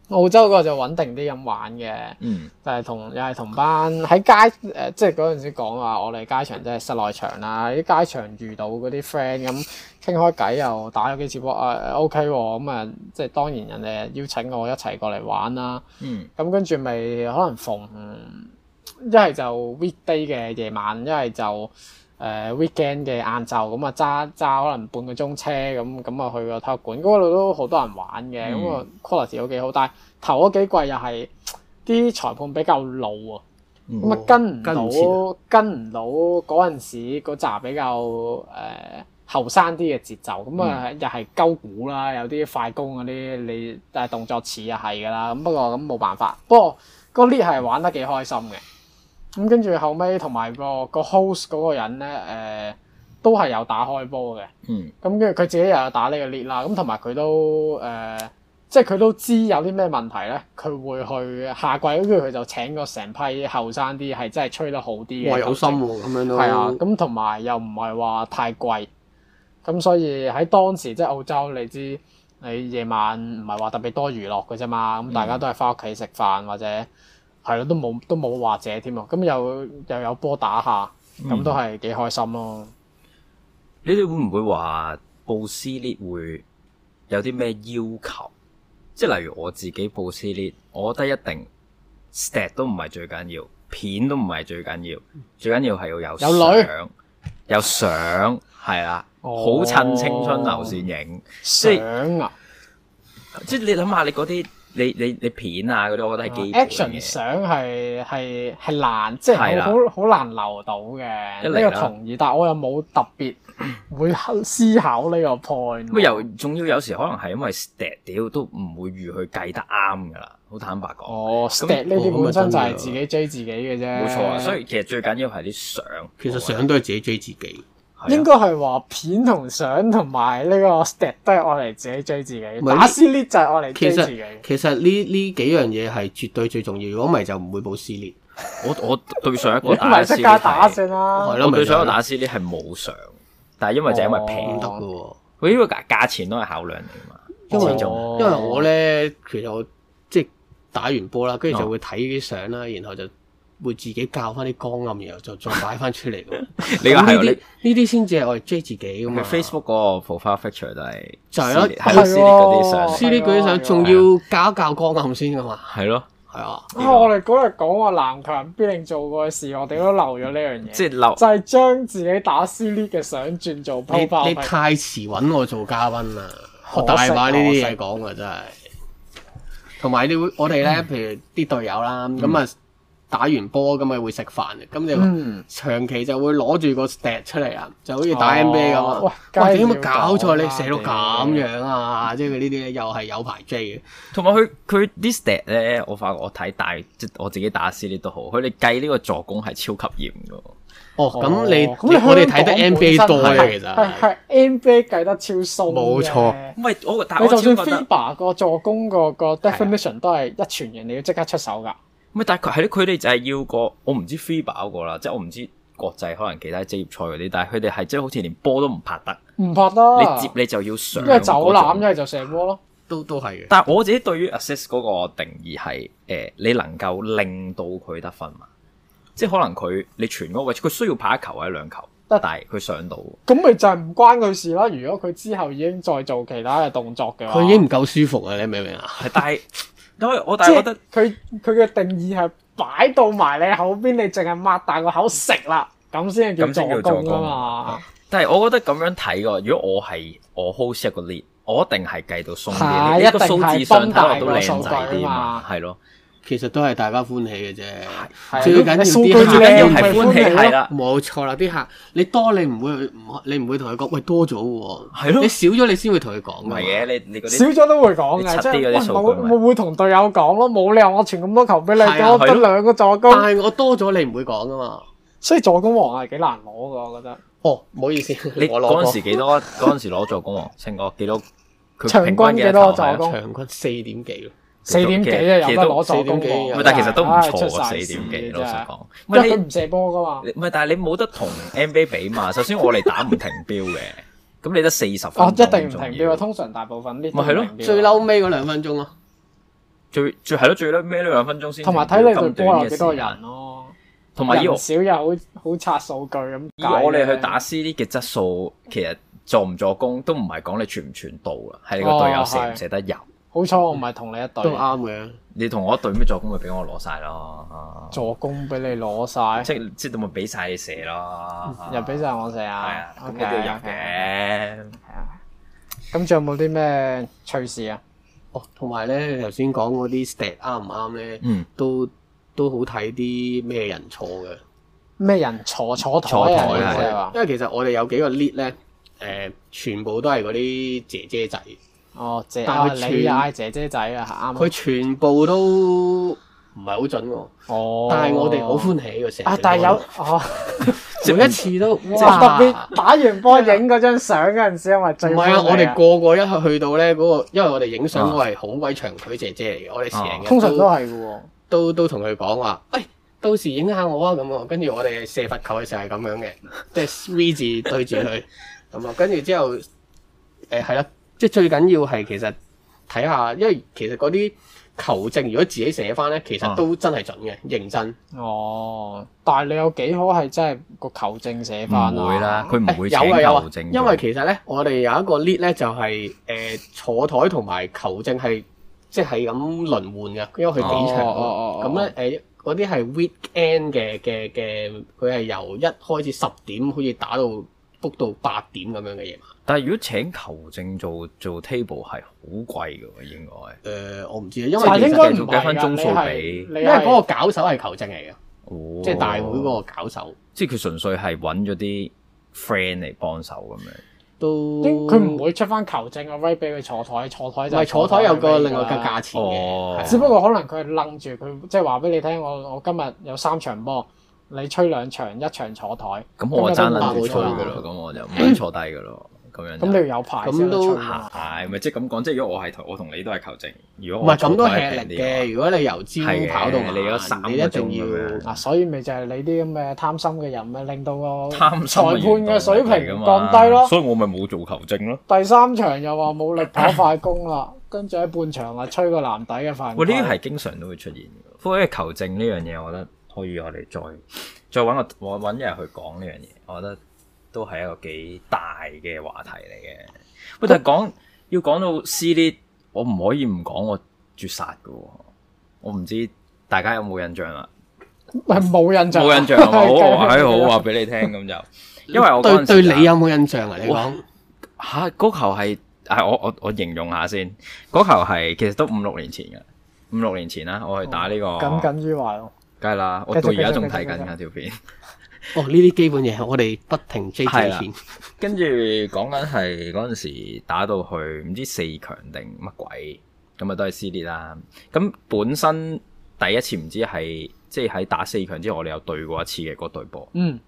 Speaker 2: 澳洲嗰個就穩定啲咁玩嘅，
Speaker 1: 嗯，
Speaker 2: 就係同又係同班喺街誒、呃即係嗰陣時講話我哋街場即係室內場啦，啲街場遇到嗰啲 friend 咁傾開偈又打咗幾次波啊 OK 喎，咁啊即係當然人哋邀請我一齊過嚟玩啦，
Speaker 1: 嗯，
Speaker 2: 咁跟住咪可能逢一係就 weekday 嘅夜晚，一係就誒、呃 weekend 嘅晏晝，咁啊揸揸可能半個鐘車咁，咁啊去個體育館，嗰度都好多人玩嘅，咁啊 quality 都幾好，但係頭嗰幾季又係啲裁判比較老啊。
Speaker 1: 嗯
Speaker 2: 咁啊跟唔
Speaker 3: 跟唔
Speaker 2: 到，跟唔到嗰陣時嗰扎比較誒後生啲嘅節奏，咁啊又係鳩股啦，有啲快攻嗰啲你但係動作似又係噶啦，咁不過咁冇辦法。不過個 lead 係玩得幾開心嘅，咁跟住後尾同埋個個 host 嗰個人咧誒、呃都係有打開波嘅。
Speaker 1: 嗯，
Speaker 2: 咁跟住佢自己又有打呢個 lead 啦，咁同埋佢都誒、呃即係佢都知有啲咩問題咧，佢會去下季，跟住佢就請個成批後生啲，係真係吹得好啲嘅。
Speaker 3: 哇，有心喎，咁樣都
Speaker 2: 係啊，咁同埋又唔係話太貴，咁所以喺當時即係澳洲，你知你夜晚唔係話特別多娛樂嘅啫嘛，咁
Speaker 3: 嗯
Speaker 2: 大家都係翻屋企食飯或者係咯，都冇都冇或者添啊，咁又又有波打下，咁
Speaker 3: 嗯
Speaker 2: 都係幾開心咯。
Speaker 1: 你哋嗯會唔會話報私 l 會有啲咩要求？即係例如我自己報私 l 我覺得一定 stat 都唔係最緊要，片都唔係最緊要，最緊要係要有
Speaker 2: 嗯有女
Speaker 1: 相，有相係啦，好
Speaker 2: 哦
Speaker 1: 襯青春流線影。即係
Speaker 2: 想啊！
Speaker 1: 即係你諗下，你嗰啲你你你片啊嗰啲，我覺得係基本
Speaker 2: action
Speaker 1: 嘅。
Speaker 2: 相係係係難，即
Speaker 1: 係
Speaker 2: 係
Speaker 1: 啦
Speaker 2: 好好好難留到
Speaker 1: 一
Speaker 2: 嘅。
Speaker 1: 嚟啦
Speaker 2: 呢個同意，但係我又冇特別會思考呢個 point 喎。
Speaker 1: 咁又仲要有時可能係因為 stat 屌都唔會預佢計得啱㗎啦，好坦白講。
Speaker 2: 哦
Speaker 1: 咁
Speaker 2: stat 呢啲本身就
Speaker 3: 哦咁咪真係
Speaker 2: 係
Speaker 3: 喎
Speaker 2: 自己追自己嘅啫。
Speaker 1: 冇錯啊，所以其實最緊要係啲相。
Speaker 3: 其實
Speaker 1: 我覺得
Speaker 3: 相都係自己追自己，
Speaker 1: 係啊
Speaker 2: 應該係話片同相同埋呢個 stat 都係我嚟自己追自己，
Speaker 3: 係
Speaker 2: 打撕裂就係我嚟追
Speaker 3: 其
Speaker 2: 自己。
Speaker 3: 實其實呢呢幾樣嘢係絕對最重要，如果唔係就唔會冇撕裂。
Speaker 1: 我我對上一 (laughs)
Speaker 2: 你
Speaker 1: 個
Speaker 2: 唔係
Speaker 1: 打
Speaker 2: 識
Speaker 1: C
Speaker 2: 加打先
Speaker 3: 係
Speaker 2: 啦
Speaker 3: 咯。
Speaker 1: 我對上一個打哦 C 呢係冇相，但係因為就因為
Speaker 3: 唔
Speaker 1: 平，
Speaker 3: 得嘅喎。
Speaker 1: 佢呢個價價錢都係考量嚟嘛。
Speaker 3: 因為
Speaker 1: 始終
Speaker 2: 哦
Speaker 3: 因為我咧，其實我即係打完波啦，跟住就會睇啲相啦，然後就會自己校翻啲光暗，然後就再擺翻出嚟㗎。
Speaker 1: 你個
Speaker 3: 咁
Speaker 1: 係
Speaker 3: 呢啲
Speaker 1: 你
Speaker 3: 呢啲先至係我哋追自己
Speaker 1: 佢
Speaker 3: 噶嘛。
Speaker 1: Facebook 嗰個 profile picture 都係
Speaker 3: 就係咯
Speaker 1: C-lead，係咯
Speaker 2: 係
Speaker 1: C 嗰啲
Speaker 2: 喎
Speaker 1: 相
Speaker 3: 撕裂嗰啲
Speaker 2: 係啊係啊
Speaker 3: 相，仲要校一校光暗先噶嘛。
Speaker 1: 係咯，
Speaker 3: 係啊，
Speaker 1: 呢
Speaker 2: 啊！
Speaker 1: 個
Speaker 2: 我哋嗰日講話籃球人必定做過嘅事，我哋都漏咗呢樣嘢。
Speaker 1: 即係漏
Speaker 2: 就係將自己打 C l 嘅相轉做
Speaker 3: 你
Speaker 2: profile
Speaker 3: 你
Speaker 2: pic
Speaker 3: 太遲揾我做嘉賓啦，
Speaker 2: 可
Speaker 3: 我
Speaker 2: 惜
Speaker 3: 大把呢啲嘢講啊，真係。同埋你會，我
Speaker 2: 嗯
Speaker 3: 哋咧，譬如啲隊友啦，咁啊打完波咁咪啊會食飯嘅，咁你話
Speaker 2: 嗯，
Speaker 3: 長期就會攞住個 stat 出嚟啊，就好似打
Speaker 2: 哦
Speaker 3: NBA 咁啊。
Speaker 2: 喂
Speaker 3: 喂，
Speaker 2: 梗係
Speaker 3: 點解
Speaker 2: 要
Speaker 3: 搞錯
Speaker 2: 講
Speaker 3: 你
Speaker 2: 啦啊
Speaker 3: 射到咁樣啊？即係佢呢啲咧又係有排追嘅。
Speaker 1: 同埋佢佢啲 stat 咧，我發覺我睇大即係我自己打 C 呢都好，佢哋計呢個助攻係超級嚴嘅喎。
Speaker 3: 哦，咁你
Speaker 2: 哦
Speaker 3: 我哋睇
Speaker 2: 香
Speaker 3: 得
Speaker 2: 港
Speaker 3: NBA 多
Speaker 2: 本
Speaker 3: 嘅
Speaker 2: 身
Speaker 3: 其
Speaker 2: 係係
Speaker 3: 實。
Speaker 2: 係 NBA 計得超鬆嘅
Speaker 3: 冇錯
Speaker 1: 唔係我，但
Speaker 2: 你
Speaker 1: 我
Speaker 2: 就
Speaker 1: 超
Speaker 2: 算
Speaker 1: 覺得啊
Speaker 2: FIBA 個助攻個個 definition 都係一傳完你要即刻出手㗎。
Speaker 1: 唔係，但係佢係咯佢哋就係要個我唔知 FIBA 嗰個啦，即係我唔知國際可能其他職業賽嗰啲，但係佢哋係真係好似連波都唔拍得，
Speaker 2: 唔拍得，
Speaker 1: 你接你就要上
Speaker 2: 一係啊走
Speaker 1: 嗰
Speaker 2: 籃，
Speaker 1: 種
Speaker 2: 一係就射波咯。
Speaker 3: 都都係嘅。
Speaker 1: 但係我自己對於 assist 嗰個定義係誒、呃你能夠令到佢得分嘛？即係可能佢你傳嗰個位，佢需要拍一球或者兩球，但係佢上到，
Speaker 2: 咁咪就係唔關佢事啦。如果佢之後已經再做其他嘅動作嘅話，
Speaker 3: 佢已經唔夠舒服啊！你明唔明啊？
Speaker 1: 係但係因為我但
Speaker 2: 即
Speaker 1: 係覺
Speaker 2: 係
Speaker 1: 得
Speaker 2: 佢佢嘅定義係擺到埋你口邊，你淨係擘大個口食啦，咁先係
Speaker 1: 咁先叫
Speaker 2: 叫助攻
Speaker 1: 助攻
Speaker 2: 啊嘛。
Speaker 1: 但係我覺得咁樣睇喎，如果我係我 host 一個 lead，我一定係計到鬆
Speaker 2: 係
Speaker 1: 啲，呢
Speaker 2: 一定
Speaker 1: 個數字
Speaker 2: 係
Speaker 1: 上睇落
Speaker 2: 崩大
Speaker 1: 都
Speaker 2: 個
Speaker 1: 靚
Speaker 2: 數
Speaker 1: 仔
Speaker 2: 據啊
Speaker 1: 啲
Speaker 2: 嘛
Speaker 1: 嘛，係咯。
Speaker 3: 其實都係大家歡喜嘅啫，
Speaker 2: 係啊
Speaker 3: 最緊要啲
Speaker 2: 數據
Speaker 3: 客
Speaker 1: 最緊要
Speaker 2: 靚
Speaker 1: 係
Speaker 2: 咪
Speaker 1: 歡喜
Speaker 2: 喜咯
Speaker 1: 係啦，
Speaker 3: 冇錯啦。啲客你多你唔會唔你唔會同佢講，喂多咗喎，
Speaker 1: 係咯
Speaker 3: 你少咗你先會同佢講
Speaker 1: 唔
Speaker 3: 㗎嘛
Speaker 1: 係嘅，你你嗰
Speaker 2: 少
Speaker 1: 啲
Speaker 2: 咗都會講
Speaker 1: 你
Speaker 2: 嘅，
Speaker 1: 柒
Speaker 2: 即
Speaker 1: 啲嗰啲
Speaker 2: 係
Speaker 1: 數據
Speaker 2: 我
Speaker 1: 咪
Speaker 2: 我會同隊友講咯，冇理由我傳咁多球俾你，
Speaker 3: 係啊
Speaker 2: 我
Speaker 1: 係
Speaker 2: 得
Speaker 1: 咯
Speaker 2: 兩個助
Speaker 3: 但
Speaker 2: 攻，
Speaker 3: 係我多咗你唔會講噶嘛。
Speaker 2: 所以助攻王係幾難攞㗎，我覺得。
Speaker 3: 哦，唔好意思，
Speaker 1: 你
Speaker 3: (laughs) 我
Speaker 1: 嗰
Speaker 3: 攞
Speaker 1: 陣時幾多？嗰陣時攞助攻王，清哥幾多？
Speaker 2: 場
Speaker 1: 佢平
Speaker 2: 均
Speaker 1: 均
Speaker 2: 幾
Speaker 1: 幾
Speaker 2: 多
Speaker 1: 多
Speaker 2: 助
Speaker 1: 球係
Speaker 2: 攻
Speaker 1: 啊？
Speaker 3: 場均四點幾咯
Speaker 2: 四點幾
Speaker 1: 其
Speaker 2: 啊，
Speaker 1: 實
Speaker 2: 有得攞助攻
Speaker 3: 其實都
Speaker 2: 喎
Speaker 1: 唔係，但係其實都唔錯
Speaker 2: 啊唉出
Speaker 1: 喎，
Speaker 2: 晒
Speaker 1: 四
Speaker 2: 事
Speaker 1: 點幾老
Speaker 2: 真係
Speaker 1: 實講。唔
Speaker 2: 因為
Speaker 1: 係
Speaker 2: 佢唔射波㗎嘛。
Speaker 1: 你，唔係但係你冇得同 NBA 比嘛？首先我哋打唔停標嘅，咁你得四十分
Speaker 2: 哦，
Speaker 1: 鐘
Speaker 2: 一定唔停
Speaker 1: 仲
Speaker 2: 標
Speaker 1: 要
Speaker 2: 啊！通常大部分呢啲
Speaker 1: 咪係咯
Speaker 2: 都唔停標啊
Speaker 3: 最嬲尾嗰兩分鐘啊咯。
Speaker 1: 最最係咯，最屘咩呢兩分鐘先
Speaker 2: 同埋睇你隊波有幾多人，咯，
Speaker 1: 同埋要
Speaker 2: 人少又好好刷數據咁
Speaker 1: 以
Speaker 2: 解。
Speaker 1: 我哋去打 C 啲嘅質素，其實助唔助攻都唔係講你傳唔傳到啦，係你個隊友射唔射得入。
Speaker 2: 好彩我唔係同你一
Speaker 3: 都
Speaker 2: 隊，
Speaker 3: 啱嘅，
Speaker 1: 你同我一隊咩助攻咪俾我攞晒咯，
Speaker 2: 助攻俾你攞晒，
Speaker 1: 即即係咪俾晒你射咯，
Speaker 2: 又俾晒我射
Speaker 1: 係
Speaker 2: 啊
Speaker 1: 啊，！咁你都要入
Speaker 2: OK，OK。
Speaker 1: 嘅。
Speaker 2: 咁仲有冇啲咩趣事啊？
Speaker 3: 哦，同埋咧，頭先講嗰啲 stat 啱唔啱咧，
Speaker 1: 嗯，
Speaker 3: 都都好睇啲咩人坐嘅。
Speaker 2: 咩人坐坐台
Speaker 1: 坐
Speaker 2: 啊？
Speaker 1: 台
Speaker 2: 你
Speaker 1: 啊
Speaker 2: 意思係話
Speaker 3: 因為其實我哋有幾個 lead 咧，誒、全部都係嗰啲姐姐仔，
Speaker 2: 哦，姐
Speaker 3: 但
Speaker 2: 啊，
Speaker 3: 佢
Speaker 2: 你
Speaker 3: 串
Speaker 2: 嗌姐姐仔啊，啱
Speaker 3: 佢
Speaker 2: 啊。
Speaker 3: 全部都唔係好準喎，
Speaker 2: 哦，
Speaker 3: 但係我哋好歡喜嘅成。
Speaker 2: 啊！但係有哦，
Speaker 3: 有每一次都
Speaker 2: 哇！特別
Speaker 3: 哇！
Speaker 2: 打完波影嗰張相嗰陣時，因為
Speaker 3: 唔
Speaker 2: 最
Speaker 3: 係啊！
Speaker 2: 歡喜
Speaker 3: 我哋個個一去到咧，嗰、個因為我哋影相嗰個係好鬼長腿姐姐嚟嘅，我哋成日
Speaker 2: 通常都
Speaker 3: 都
Speaker 2: 係嘅喎。
Speaker 3: 都都同佢講話，喂、到時影下我啊咁喎。跟住我哋射罰球嘅時候係咁樣嘅，
Speaker 2: (laughs)
Speaker 3: 即係 V 字對住佢咁啊。跟住之後誒係啦，即係最緊要係其實睇下，因為其實嗰啲球證如果自己寫翻咧，其實都真係準嘅，認真。
Speaker 2: 哦，但係你有幾可係真係個球證寫啊翻
Speaker 1: 唔會啦，佢唔會請
Speaker 3: 誒有啊有啊
Speaker 1: 球證，
Speaker 3: 因為其實咧，我哋有一個 lead 咧，就係、誒、坐台同埋球證係即係咁輪換嘅，因為佢幾場
Speaker 2: 哦哦哦哦
Speaker 3: 咁咧誒嗰啲係 weekend 嘅嘅嘅，佢係由一開始十點好似打到 book 到八點咁樣嘅嘢。
Speaker 1: 但係如果請球證做做 table 係好貴嘅喎，應該。
Speaker 3: 誒、我唔知啊，因
Speaker 2: 但
Speaker 3: 為
Speaker 2: 係
Speaker 3: 其
Speaker 2: 應該
Speaker 3: 實
Speaker 2: 唔
Speaker 1: 繼續計
Speaker 2: 係
Speaker 1: 返
Speaker 2: 㗎
Speaker 1: 鐘數
Speaker 2: 你係
Speaker 1: 俾
Speaker 2: 你
Speaker 3: 因為
Speaker 2: 係
Speaker 3: 嗰個搞手係球證嚟嘅，
Speaker 1: 哦
Speaker 3: 即係大會嗰個搞手
Speaker 1: 即係佢純粹係揾咗啲 friend 嚟幫手咁樣。
Speaker 3: 都
Speaker 2: 應佢唔會出翻球證個威俾佢坐台，坐台
Speaker 3: 嗯唔
Speaker 2: 就
Speaker 3: 係坐台有個另外嘅
Speaker 2: 嘅
Speaker 3: 價錢嘅，
Speaker 1: 哦
Speaker 3: 係啊
Speaker 2: 只不過可能佢係楞住佢，即係話俾你聽，我我今日有三場波，你吹兩場，一場坐台，
Speaker 1: 咁我就爭撚
Speaker 3: 冇
Speaker 1: 住
Speaker 3: 錯
Speaker 1: 吹
Speaker 3: 啦
Speaker 1: 噶咯，咁我就唔撚坐低噶咯，咁樣就。
Speaker 2: 咁你要有牌先得吹啊嘛。
Speaker 1: 係咪即係咁講？即係如果我係同我同你都係球證，如
Speaker 3: 唔
Speaker 1: 果我
Speaker 3: 係咁都
Speaker 1: 坐
Speaker 3: 吃
Speaker 1: 低係平
Speaker 3: 力
Speaker 1: 啲話
Speaker 3: 嘅。如果你由朝
Speaker 1: 係嘅
Speaker 3: 跑到晚，
Speaker 1: 你有三個
Speaker 3: 你一
Speaker 1: 鐘
Speaker 3: 定
Speaker 1: 咁
Speaker 3: 要
Speaker 1: 樣。
Speaker 2: 嗱，啊所以咪就係你啲咁嘅貪心嘅人，咪令到個裁
Speaker 1: 貪
Speaker 2: 判
Speaker 1: 心嘅原動
Speaker 2: 嘅
Speaker 1: 力
Speaker 2: 水
Speaker 1: 嚟㗎
Speaker 2: 平降
Speaker 1: 嘛
Speaker 2: 低咯。
Speaker 1: 所以我咪冇做球證咯。
Speaker 2: 第三場又話冇力跑快攻
Speaker 3: (coughs)
Speaker 2: 啦，跟住喺半場啊吹個籃底嘅犯規。
Speaker 1: 喂，呢啲係經常都會出現嘅。不過因為球證呢樣嘢，我覺得可以我哋再再揾個我揾一日去講呢樣嘢，我覺得都係一個幾大嘅話題嚟嘅。喂，但係講要講到 C 呢，我唔可以唔講我絕殺嘅喎。我唔知大家有冇印象啦？啊
Speaker 2: 喂冇印象，
Speaker 1: 冇印
Speaker 3: (laughs)
Speaker 1: 象啊好，
Speaker 2: 繼續
Speaker 1: 我
Speaker 2: 繼
Speaker 1: 喺
Speaker 2: 續
Speaker 1: 好話俾你聽咁就，因為我嗰
Speaker 3: 對
Speaker 1: 陣時
Speaker 3: 對
Speaker 1: 就
Speaker 3: 你有冇印象啊？你講
Speaker 1: 吓嗰球係係我我我形容下先，嗰球係其實都五六年前嘅，五六年前啦，我去打呢
Speaker 3: 哦
Speaker 1: 個，
Speaker 2: 耿耿於懷咯。
Speaker 1: 梗係啦，我到而家仲睇
Speaker 2: 繼
Speaker 1: 緊
Speaker 2: 續
Speaker 1: 㗎條片。
Speaker 3: 哦，呢啲基本嘢我哋不停追借
Speaker 1: 係啦
Speaker 3: 錢，
Speaker 1: 跟住講緊係嗰陣時打到去唔知四強定乜鬼，咁啊都係撕裂啦。咁啊本身第一次唔知係即係喺打四強之後，我哋有對過一次嘅嗰隊波。
Speaker 2: 嗯，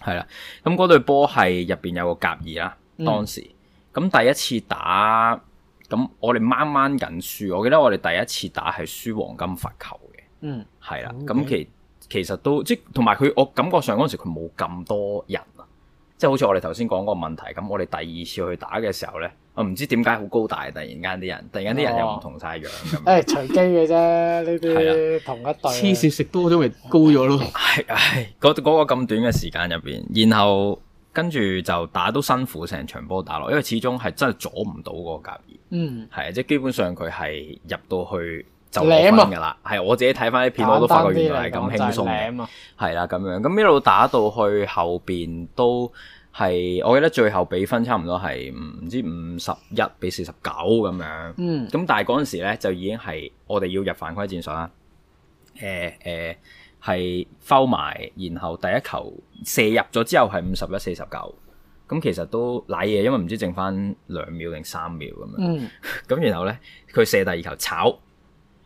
Speaker 1: 係啦，咁嗰隊波係入邊有個甲二啦，
Speaker 2: 嗯
Speaker 1: 當時咁、第一次打，咁我哋掹掹緊輸，我記得我哋第一次打係輸黃金罰球嘅，
Speaker 2: 嗯，
Speaker 1: 係啦，
Speaker 3: 嗯
Speaker 1: 咁其其實都即係同埋佢，我感覺上嗰陣時佢冇咁多人啊，即係好似我哋頭先講嗰個問題咁，我哋第二次去打嘅時候咧，我唔知點解好高大，突然間啲人，突然間啲人又唔同晒樣咁。
Speaker 2: 誒隨機嘅啫，呢啲同一隊。
Speaker 3: 黐線食多咗咪高咗咯。
Speaker 1: 係係嗰嗰個咁短嘅時間入邊，然後跟住就打都辛苦成場波打落，因為始終係真係阻唔到嗰個夾二。
Speaker 2: 嗯，
Speaker 1: 係啊，即係基本上佢係入到去就
Speaker 2: 舐
Speaker 1: 攞
Speaker 2: 啊
Speaker 1: 分㗎啦。係我自己睇翻啲片，我都發覺原來係咁輕鬆嘅。
Speaker 2: 鬆啊！
Speaker 1: 係啦，咁樣咁一路打到去後邊都係，我記得最後比分差唔多係唔唔知五十一比四十九咁樣。
Speaker 2: 嗯，
Speaker 1: 咁但係嗰陣時咧就已經係我哋要入犯規戰術啦。誒、誒係 foul 埋，然後第一球射入咗之後係五十一四十九。咁其實都賴嘢，因為唔知剩翻兩秒定三秒咁樣。
Speaker 2: 嗯，
Speaker 1: 咁然後咧，佢射第二球炒，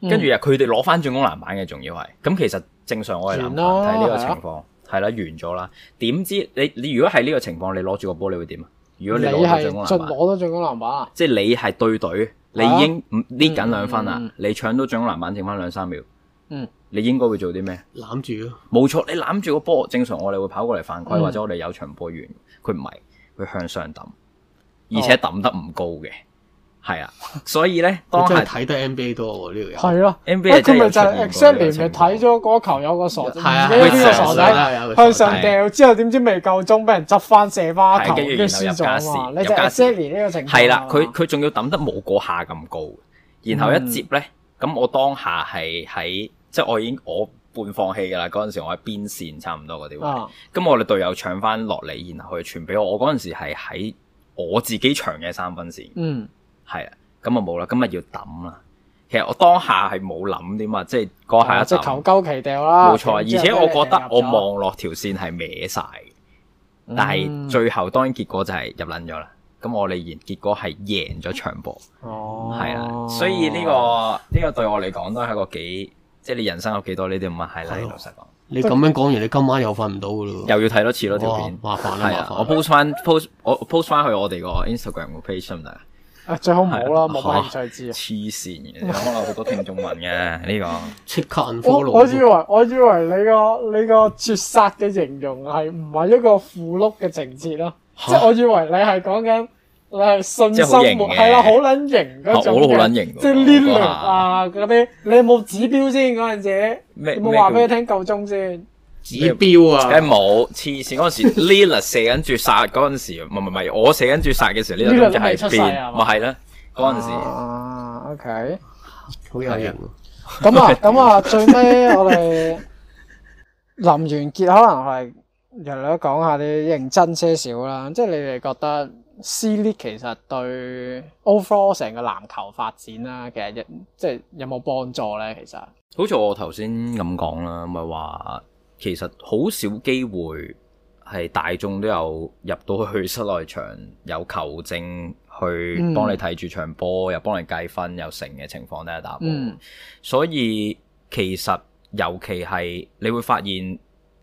Speaker 2: 嗯
Speaker 1: 跟住又佢哋攞翻進攻籃板嘅，仲要係咁。其實正常我哋籃
Speaker 2: 完
Speaker 1: 板
Speaker 2: 啦啊
Speaker 1: 睇呢個情況係啦，完咗啦。點知你你如果係呢個情況，你攞住個波，你會點啊？如果你
Speaker 2: 你
Speaker 1: 攞到
Speaker 2: 係
Speaker 1: 進攻籃
Speaker 2: 進
Speaker 1: 板，
Speaker 2: 攞到進攻籃板啊！
Speaker 1: 即係你係對隊，你已經唔搣緊兩分
Speaker 2: 嗯嗯
Speaker 1: 啦
Speaker 2: 嗯，
Speaker 1: 你搶到進攻籃板剩翻兩三秒，
Speaker 2: 嗯，
Speaker 1: 你應該會做啲咩？
Speaker 3: 攬住咯，
Speaker 1: 冇錯，你攬住個波，正常我哋會跑過嚟犯規，
Speaker 2: 嗯
Speaker 1: 或者我哋有長波員，佢唔係，佢向上抌，而
Speaker 2: 哦
Speaker 1: 且抌得唔高嘅，係啊，所以咧當
Speaker 3: 佢真
Speaker 1: 下
Speaker 3: 係睇得 NBA 多喎呢個人。
Speaker 2: 係啊咯，
Speaker 1: NBA
Speaker 2: 喂佢咪
Speaker 1: 真
Speaker 2: 就
Speaker 1: 係
Speaker 2: 係
Speaker 1: 有出現過呢個
Speaker 2: exactly 咪睇咗嗰球有個傻仔，
Speaker 3: 係啊，
Speaker 2: 唔記得邊個傻
Speaker 1: 係
Speaker 2: 仔
Speaker 1: 啊
Speaker 3: 仔
Speaker 2: 向上掉之後，點知未夠鐘，俾人執翻射花球，
Speaker 1: 係跟住
Speaker 2: 跟住
Speaker 1: 然
Speaker 2: 輸
Speaker 1: 後入加時
Speaker 2: 咗啊嘛！你
Speaker 1: 入
Speaker 2: 就
Speaker 1: 加時
Speaker 2: exactly 呢個嗯情況啊
Speaker 1: 係啦，佢
Speaker 2: 係嘛
Speaker 1: 佢仲要抌得冇嗰下咁高，然後一接咧，咁、我當下係喺即係我已經我半放棄㗎啦，嗰陣時我喺邊線差唔多嗰啲位，
Speaker 2: 啊，
Speaker 1: 咁、我哋隊友搶翻落嚟，然後佢傳俾我，我嗰陣時係喺我自己場嘅三分線，
Speaker 2: 嗯
Speaker 1: 係啊，咁啊冇啦，咁啊要抌啦。其實我當下係冇諗啲嘛，即係嗰下一
Speaker 2: 啊即係
Speaker 1: 抌
Speaker 2: 球，鳩其掉
Speaker 3: 啊
Speaker 2: 啦，
Speaker 1: 冇錯。而且我覺得我
Speaker 2: 望，
Speaker 1: 望落條線係歪晒嘅。
Speaker 2: 嗯
Speaker 1: 但係最後當然結果就係入撚咗啦。咁我哋然結果係贏咗場波，
Speaker 2: 哦
Speaker 1: 係啦、所以呢、個呢、個對我嚟講都係一個幾，即係你人生有幾多呢啲咁嘅 h i g h
Speaker 3: 係
Speaker 1: l
Speaker 3: 咯
Speaker 1: 老實講，
Speaker 3: 你咁樣講完，你今晚又瞓唔到噶咯喎。
Speaker 1: 又要睇多次咯條
Speaker 3: 哇
Speaker 1: 片，。
Speaker 3: 麻煩啦，
Speaker 1: 係
Speaker 3: 麻
Speaker 1: 啊，
Speaker 3: 煩
Speaker 1: 我
Speaker 3: 啦。
Speaker 1: post 翻 post 我 post 翻去我哋個 Instagram 個 page 得唔得啊？
Speaker 2: 啊最好唔好啦，冇乜
Speaker 1: 啊
Speaker 2: 興趣知啊。
Speaker 1: 黐線嘅，有可能好多聽眾問嘅呢個，
Speaker 3: 即刻
Speaker 2: 我
Speaker 1: 啊
Speaker 3: unfollow。
Speaker 2: 我以為我以為你個你個絕殺嘅形容係唔係一個負碌嘅情節咯？即係我以為你係講緊你係信
Speaker 1: 即係好型
Speaker 2: 心滿
Speaker 1: 嘅
Speaker 2: 係啦，好撚型嗰種
Speaker 1: 我都好撚
Speaker 2: 嘅，
Speaker 1: 型㗎喎。
Speaker 2: 即係呢輪
Speaker 1: 嗰下
Speaker 2: 啊嗰啲，你有冇指標先嗰陣時？
Speaker 1: 咩
Speaker 2: 有冇話俾
Speaker 1: 咩
Speaker 2: 佢
Speaker 1: 叫
Speaker 2: 聽夠鐘先？
Speaker 3: 指標
Speaker 1: 梗係
Speaker 3: 啊，
Speaker 1: 冇，黐線嗰陣時
Speaker 2: (laughs)
Speaker 1: Lila 射緊絕殺嗰陣時，唔係唔係，我射緊絕殺嘅時候
Speaker 2: Lila
Speaker 1: ，Lila 就
Speaker 2: 都未出
Speaker 1: 喺
Speaker 2: 世
Speaker 1: 邊，
Speaker 2: 啊
Speaker 1: 咪係啦，嗰陣時
Speaker 2: 啊，OK。
Speaker 3: 好有型啊。
Speaker 2: 咁啊，咁啊，最尾我哋臨完結，可能係人略講下啲認真些少啦。即係你哋覺得 C League 其實對 overall 成個籃球發展啦，其實一即係有冇幫助咧？其實
Speaker 1: 好似我頭先咁講啦，咪話其實好少機會係大眾都有入到去室內場有球證去
Speaker 2: 嗯
Speaker 1: 幫你睇住場波，又幫你計分又成嘅情況底下打波。
Speaker 2: 嗯
Speaker 1: 所以其實尤其係你會發現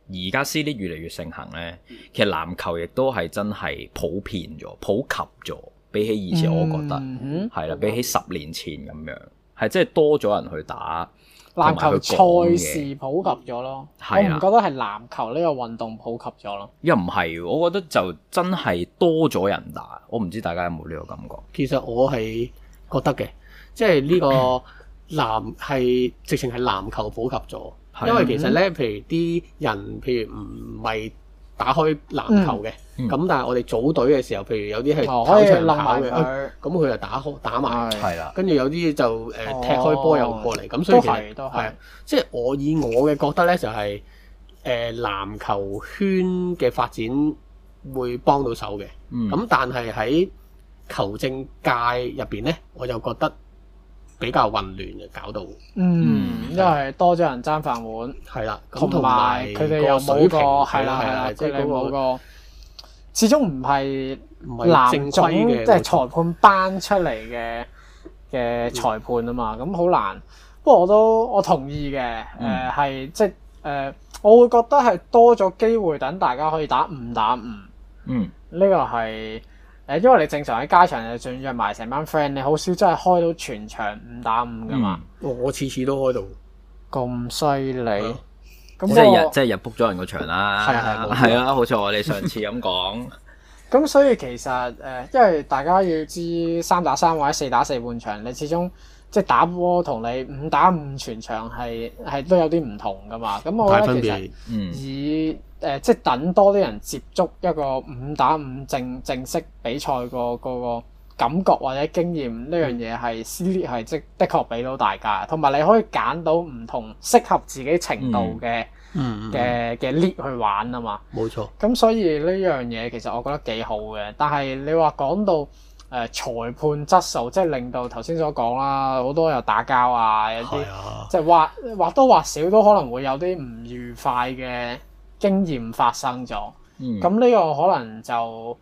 Speaker 1: 而家 C 啲越嚟越盛行咧，
Speaker 2: 嗯
Speaker 1: 其實籃球亦都係真係普遍咗、普及咗，比起以前我覺得
Speaker 2: 嗯
Speaker 1: 係啦，比起十年前咁樣，係即係多咗人去打。
Speaker 2: 哼籃球賽事普及咗咯，我
Speaker 1: 係
Speaker 2: 唔
Speaker 1: 啊
Speaker 2: 覺得係籃球呢個運動普及咗咯。
Speaker 1: 又唔係，我覺得就真係多咗人打，我唔知大家有冇呢個感覺。
Speaker 3: 其實我係覺得嘅，即係呢
Speaker 2: (clears throat)
Speaker 3: 個籃係直情係籃球普及
Speaker 1: 係
Speaker 3: 咗，
Speaker 1: 啊
Speaker 3: 因為其實咧，譬如啲人譬如唔係打開籃球嘅，咁、
Speaker 1: 嗯
Speaker 3: 但係我哋組隊嘅時候，譬如有啲係
Speaker 2: 哦，可以
Speaker 3: 跑長
Speaker 2: 冧
Speaker 3: 跑
Speaker 2: 埋
Speaker 3: 嘅，哎
Speaker 2: 佢，
Speaker 3: 咁佢就打開打埋，
Speaker 1: 係啦，
Speaker 3: 跟住有啲就誒、
Speaker 2: 哦
Speaker 3: 踢開波又過嚟，咁所以
Speaker 2: 都
Speaker 3: 其實
Speaker 2: 係都
Speaker 3: 係
Speaker 2: 係
Speaker 3: 啊，即係我以我嘅覺得咧就係、誒、籃球圈嘅發展會幫到手嘅。
Speaker 1: 嗯，
Speaker 3: 咁但係喺球證界入邊咧，我就覺得比較混亂嘅，搞到
Speaker 2: 嗯，因為多咗人爭飯碗。
Speaker 3: 係啦。咁
Speaker 2: 同埋佢哋又
Speaker 3: 水
Speaker 2: 冇個
Speaker 3: 平
Speaker 2: 係
Speaker 3: 係
Speaker 2: 啦
Speaker 3: 啦
Speaker 2: 係
Speaker 3: 係
Speaker 2: 啦，
Speaker 3: 啦，
Speaker 2: 佢
Speaker 3: 即係
Speaker 2: 哋
Speaker 3: 嗰
Speaker 2: 冇
Speaker 3: 個
Speaker 2: 個，始終唔係
Speaker 3: 唔係正
Speaker 2: 藍總
Speaker 3: 規嘅，
Speaker 2: 即係裁判班出嚟嘅嘅
Speaker 3: 嗯
Speaker 2: 裁判啊嘛，咁好難。不過我都我同意嘅，誒、
Speaker 1: 嗯
Speaker 2: 係即係誒、我會覺得係多咗機會等大家可以打五打五。
Speaker 1: 嗯
Speaker 2: 呢個係誒，因為你正常喺街場就進入埋成班 friend，你好少真係開到全場五打五噶嘛。
Speaker 1: 嗯
Speaker 3: 我次次都開到，
Speaker 2: 咁犀利
Speaker 3: 嗯，
Speaker 2: 咁
Speaker 1: 即係
Speaker 2: 嗰
Speaker 1: 日
Speaker 2: 個
Speaker 1: 即係日 book 咗人個場啦，
Speaker 2: 係啊係冇錯
Speaker 1: 係啊，好似我哋上次咁講，
Speaker 2: 咁所以其實誒、呃因為大家要知三打三或者四打四半場，你始終即係打波同你五打五全場係係都有啲唔同噶嘛。咁我
Speaker 3: 大
Speaker 2: 覺得
Speaker 3: 分
Speaker 2: 其實
Speaker 3: 別。
Speaker 2: (laughs)
Speaker 1: 嗯，
Speaker 2: 以誒、呃即係等多啲人接觸一個五打五正正式比賽個個個感覺或者經驗呢樣
Speaker 3: 嗯
Speaker 2: 嘢係 C 列係即的確俾到大家，同埋你可以揀到唔同適合自己程度嘅
Speaker 3: 嗯，嗯
Speaker 2: 嘅嘅 lead 去玩啊嘛。
Speaker 3: 冇錯。
Speaker 2: 咁所以呢樣嘢其實我覺得幾好嘅，但係你話講到誒、呃裁判質素，即係令到頭先所講啦，好多又打交啊，有啲
Speaker 3: 係啊，
Speaker 2: 即係或或多或少都可能會有啲唔愉快嘅經驗發生咗。
Speaker 1: 嗯
Speaker 2: 咁呢、個可能就誒、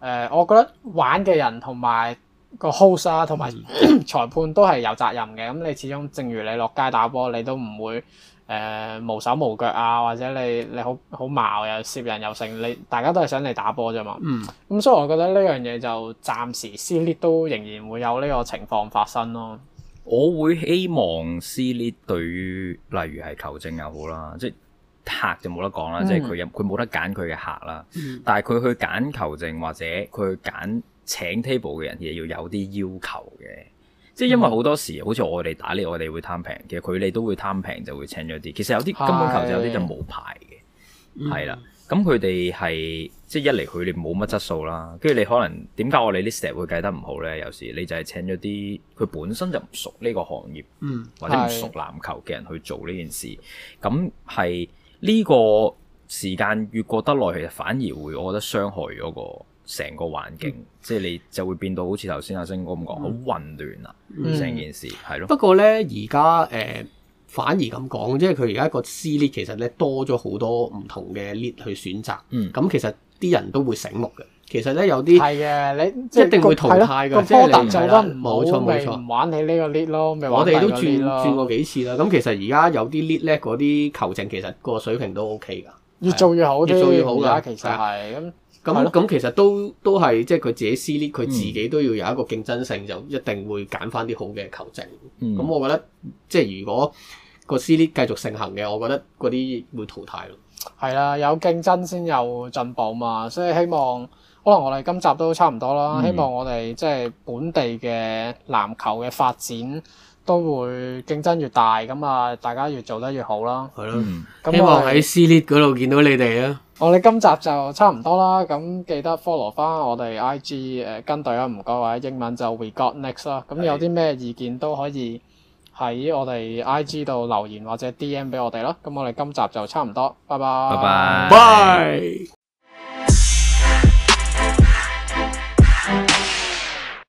Speaker 2: 呃我覺得玩嘅人同埋個 host 啊，同埋
Speaker 3: 嗯
Speaker 2: (clears throat) 裁判都係有責任嘅。咁你始終正如你落街打波，你都唔會誒、呃、無手無腳啊，或者你你好好矛又攝人又成，你大家都係想你打波啫嘛。
Speaker 3: 嗯，
Speaker 2: 咁所以我覺得呢樣嘢就暫時 C l 都仍然會有呢個情況發生咯。
Speaker 1: 我會希望 C 呢對於例如係球證又好啦，即係客就冇得講啦，
Speaker 2: 嗯
Speaker 1: 即係佢有佢冇得揀佢嘅客啦，
Speaker 3: 嗯
Speaker 1: 但係佢去揀球證或者佢去揀請 table 嘅人，亦要有啲要求嘅。即係因為好多時，好似我哋打呢，我哋會貪平，其實佢哋都會貪平就會請咗啲。其實有啲根本球證有啲就冇牌嘅。
Speaker 2: 嗯
Speaker 1: 係啦，咁佢哋係即係一嚟佢哋冇乜質素啦，跟住你可能點解我哋啲 step 會計得唔好咧？有時你就係請咗啲佢本身就唔熟呢個行業
Speaker 3: 嗯，
Speaker 1: 或者唔
Speaker 2: 係
Speaker 1: 熟籃球嘅人去做呢件事，咁係呢個時間越過得耐，其實反而會我覺得傷害咗個成個環境，
Speaker 2: 嗯
Speaker 1: 即係你就會變到好似頭先阿星哥咁講，好混亂啊，
Speaker 2: 嗯
Speaker 1: 成件事係咯，
Speaker 3: 不過咧，而家誒反而咁講，即係佢而家個 C lead 其實咧多咗好多唔同嘅 lead 去選擇。
Speaker 1: 嗯
Speaker 3: 咁其實啲人都會醒目嘅。其實咧有啲
Speaker 2: 係嘅，你
Speaker 3: 一定會淘汰㗎
Speaker 2: 個
Speaker 3: 即係
Speaker 2: 波
Speaker 3: 你
Speaker 2: 特做得唔
Speaker 3: 冇錯
Speaker 2: 好，
Speaker 3: 冇
Speaker 2: 咪
Speaker 3: 錯
Speaker 2: 唔玩起呢個 lead 咯，咪玩
Speaker 3: 我哋都
Speaker 2: 第二個 lead
Speaker 3: 轉
Speaker 2: 咯
Speaker 3: 轉過幾次啦。咁其實而家有啲 lead 咧，嗰啲球證其實個水平都 OK 㗎。
Speaker 2: 越做越好啲，
Speaker 3: 越做越好㗎啊
Speaker 2: 而家其實係咁，係
Speaker 3: 咁
Speaker 2: 咯嗯
Speaker 3: 咁其實都都係即係佢自己私 lead，佢自己都要有一個競爭性，就一定會揀翻啲好嘅球證。咁、
Speaker 1: 嗯
Speaker 3: 我覺得即係如果個私 lead 繼續盛行嘅，我覺得嗰啲會淘汰咯。
Speaker 2: 係啦，有競爭先有進步嘛，所以希望可能我哋今集都差唔多啦，
Speaker 1: 嗯
Speaker 2: 希望我哋即係本地嘅籃球嘅發展都會競爭越大，咁啊大家越做得越好啦。
Speaker 3: 係咯，
Speaker 1: 嗯，
Speaker 2: 咁
Speaker 3: 希
Speaker 2: 我
Speaker 3: 望
Speaker 2: 哋
Speaker 3: 喺私 lead 嗰度見到你哋啊！
Speaker 2: 我哋哦今集就差唔多啦，咁記得 follow 翻我哋 IG 誒、跟隊啦，啊唔該或者英文就 We Got Next 啦。咁
Speaker 1: 係
Speaker 2: 有啲咩意見都可以喺我哋 IG 度留言或者 DM 俾我哋咯。咁我哋今集就差唔多，拜拜。
Speaker 1: 拜拜。
Speaker 3: 拜。